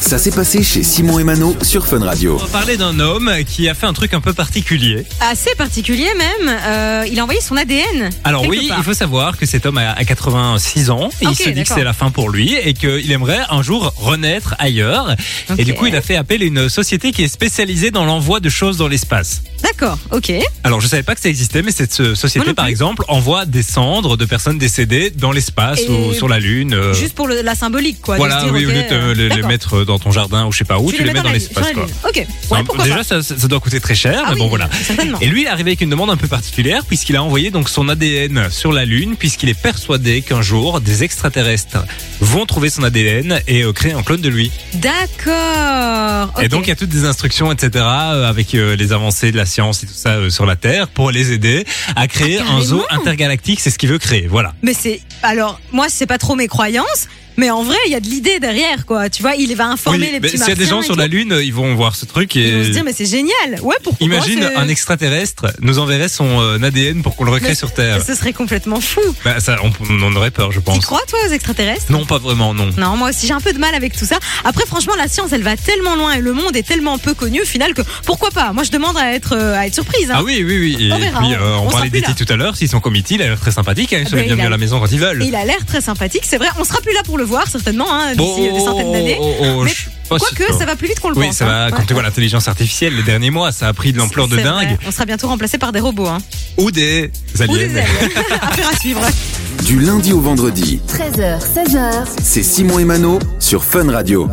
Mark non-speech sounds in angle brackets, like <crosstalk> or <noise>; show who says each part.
Speaker 1: Ça s'est passé chez Simon et Mano sur Fun Radio.
Speaker 2: On va parler d'un homme qui a fait un truc un peu particulier.
Speaker 3: Assez particulier même. Euh, il a envoyé son ADN.
Speaker 2: Alors
Speaker 3: quelque
Speaker 2: oui,
Speaker 3: part.
Speaker 2: il faut savoir que cet homme a a 86 ans, et
Speaker 3: Ok,
Speaker 2: il se dit que
Speaker 3: d'accord.
Speaker 2: c'est la fin pour lui et qu'il aimerait un jour renaître ailleurs. Et
Speaker 3: Ok.
Speaker 2: du coup, il a fait appel à une société qui est spécialisée dans l'envoi de choses dans l'espace.
Speaker 3: D'accord, ok.
Speaker 2: Alors je savais pas que ça existait, mais cette euh,
Speaker 3: Moi
Speaker 2: société,
Speaker 3: non
Speaker 2: par
Speaker 3: plus.
Speaker 2: exemple, envoie des cendres de personnes décédées dans l'espace
Speaker 3: Et
Speaker 2: ou sur la Lune. euh,
Speaker 3: Juste pour le- la symbolique quoi. de se
Speaker 2: Voilà,
Speaker 3: dire,
Speaker 2: oui,
Speaker 3: ok,
Speaker 2: au lieu de te-
Speaker 3: euh,
Speaker 2: les- les
Speaker 3: d'accord.
Speaker 2: mettre dans ton jardin ou je sais pas où, tu, les mets dans
Speaker 3: la-
Speaker 2: l'espace.
Speaker 3: sur la
Speaker 2: quoi.
Speaker 3: Lune. Ok, ouais,
Speaker 2: Non,
Speaker 3: pourquoi
Speaker 2: déjà,
Speaker 3: pas.
Speaker 2: ça, ça- ça doit coûter très cher,
Speaker 3: Ah
Speaker 2: mais bon
Speaker 3: oui,
Speaker 2: voilà.
Speaker 3: certainement.
Speaker 2: Et lui, il est arrivé avec une demande un peu particulière puisqu'il a envoyé donc son ADN sur la Lune puisqu'il est persuadé qu'un jour des extraterrestres vont trouver son ADN et euh, créer un clone de lui.
Speaker 3: D'accord.
Speaker 2: Et
Speaker 3: ok.
Speaker 2: donc il y a toutes des instructions, etc. euh, avec euh, les avancées de la science et tout ça euh, sur la Terre pour les aider à créer un zoo
Speaker 3: Ah, carrément.
Speaker 2: intergalactique. C'est ce qu'il veut créer. Voilà.
Speaker 3: Mais c'est alors moi c'est pas trop mes croyances, mais en vrai il y a de l'idée derrière quoi. Tu vois, il va informer
Speaker 2: Oui,
Speaker 3: les
Speaker 2: mais
Speaker 3: petits.
Speaker 2: s'il y a des
Speaker 3: martiens
Speaker 2: gens
Speaker 3: et
Speaker 2: sur
Speaker 3: tout.
Speaker 2: la Lune, euh, ils vont voir ce truc
Speaker 3: Ils vont
Speaker 2: et.
Speaker 3: se dire mais c'est génial. Ouais, pourquoi
Speaker 2: Imagine
Speaker 3: pas, c'est-
Speaker 2: un extraterrestre nous enverrait son euh, ADN pour qu'on le recrée
Speaker 3: Mais-
Speaker 2: sur Terre.
Speaker 3: Ce serait complètement fou.
Speaker 2: Bah, ça, on, on en aurait peur, je
Speaker 3: Tu
Speaker 2: pense.
Speaker 3: crois toi aux extraterrestres
Speaker 2: Non, pas vraiment, non.
Speaker 3: Non, moi aussi j'ai un peu de mal avec tout ça. Après, franchement, la science, elle va tellement loin et le monde est tellement peu connu au final que pourquoi pas Moi, je demande à être, euh, à être surprise. hein.
Speaker 2: Ah oui, oui, oui. Et
Speaker 3: On verra,
Speaker 2: puis,
Speaker 3: on-
Speaker 2: euh, on,
Speaker 3: on sera
Speaker 2: parlait
Speaker 3: plus
Speaker 2: d'E.T. tout à l'heure. S'ils sont comme E.T., il a l'air très sympathique. Hein, ils
Speaker 3: Ah
Speaker 2: sont
Speaker 3: bah,
Speaker 2: bien
Speaker 3: il
Speaker 2: venus
Speaker 3: a-
Speaker 2: à la maison quand ils veulent.
Speaker 3: Et il a l'air très sympathique, c'est vrai. On sera plus là pour le voir certainement hein, d'ici
Speaker 2: Bon,
Speaker 3: des centaines d'années.
Speaker 2: oh, oh, oh,
Speaker 3: Mais
Speaker 2: je suis pas
Speaker 3: Quoique,
Speaker 2: sûr.
Speaker 3: ça va plus vite qu'on le
Speaker 2: Oui,
Speaker 3: pense.
Speaker 2: ça va.
Speaker 3: hein.
Speaker 2: Quand
Speaker 3: Ouais.
Speaker 2: tu vois l'intelligence artificielle les derniers mois, ça a pris de l'ampleur de
Speaker 3: C'est vrai.
Speaker 2: dingue.
Speaker 3: On sera bientôt remplacé par des robots. Hein.
Speaker 2: Ou des aliens.
Speaker 3: Ou
Speaker 2: <laughs>
Speaker 3: des ailes. Affaire à suivre.
Speaker 1: Du lundi au vendredi,
Speaker 4: 13h, 16h,
Speaker 1: c'est Simon et Mano sur Fun Radio.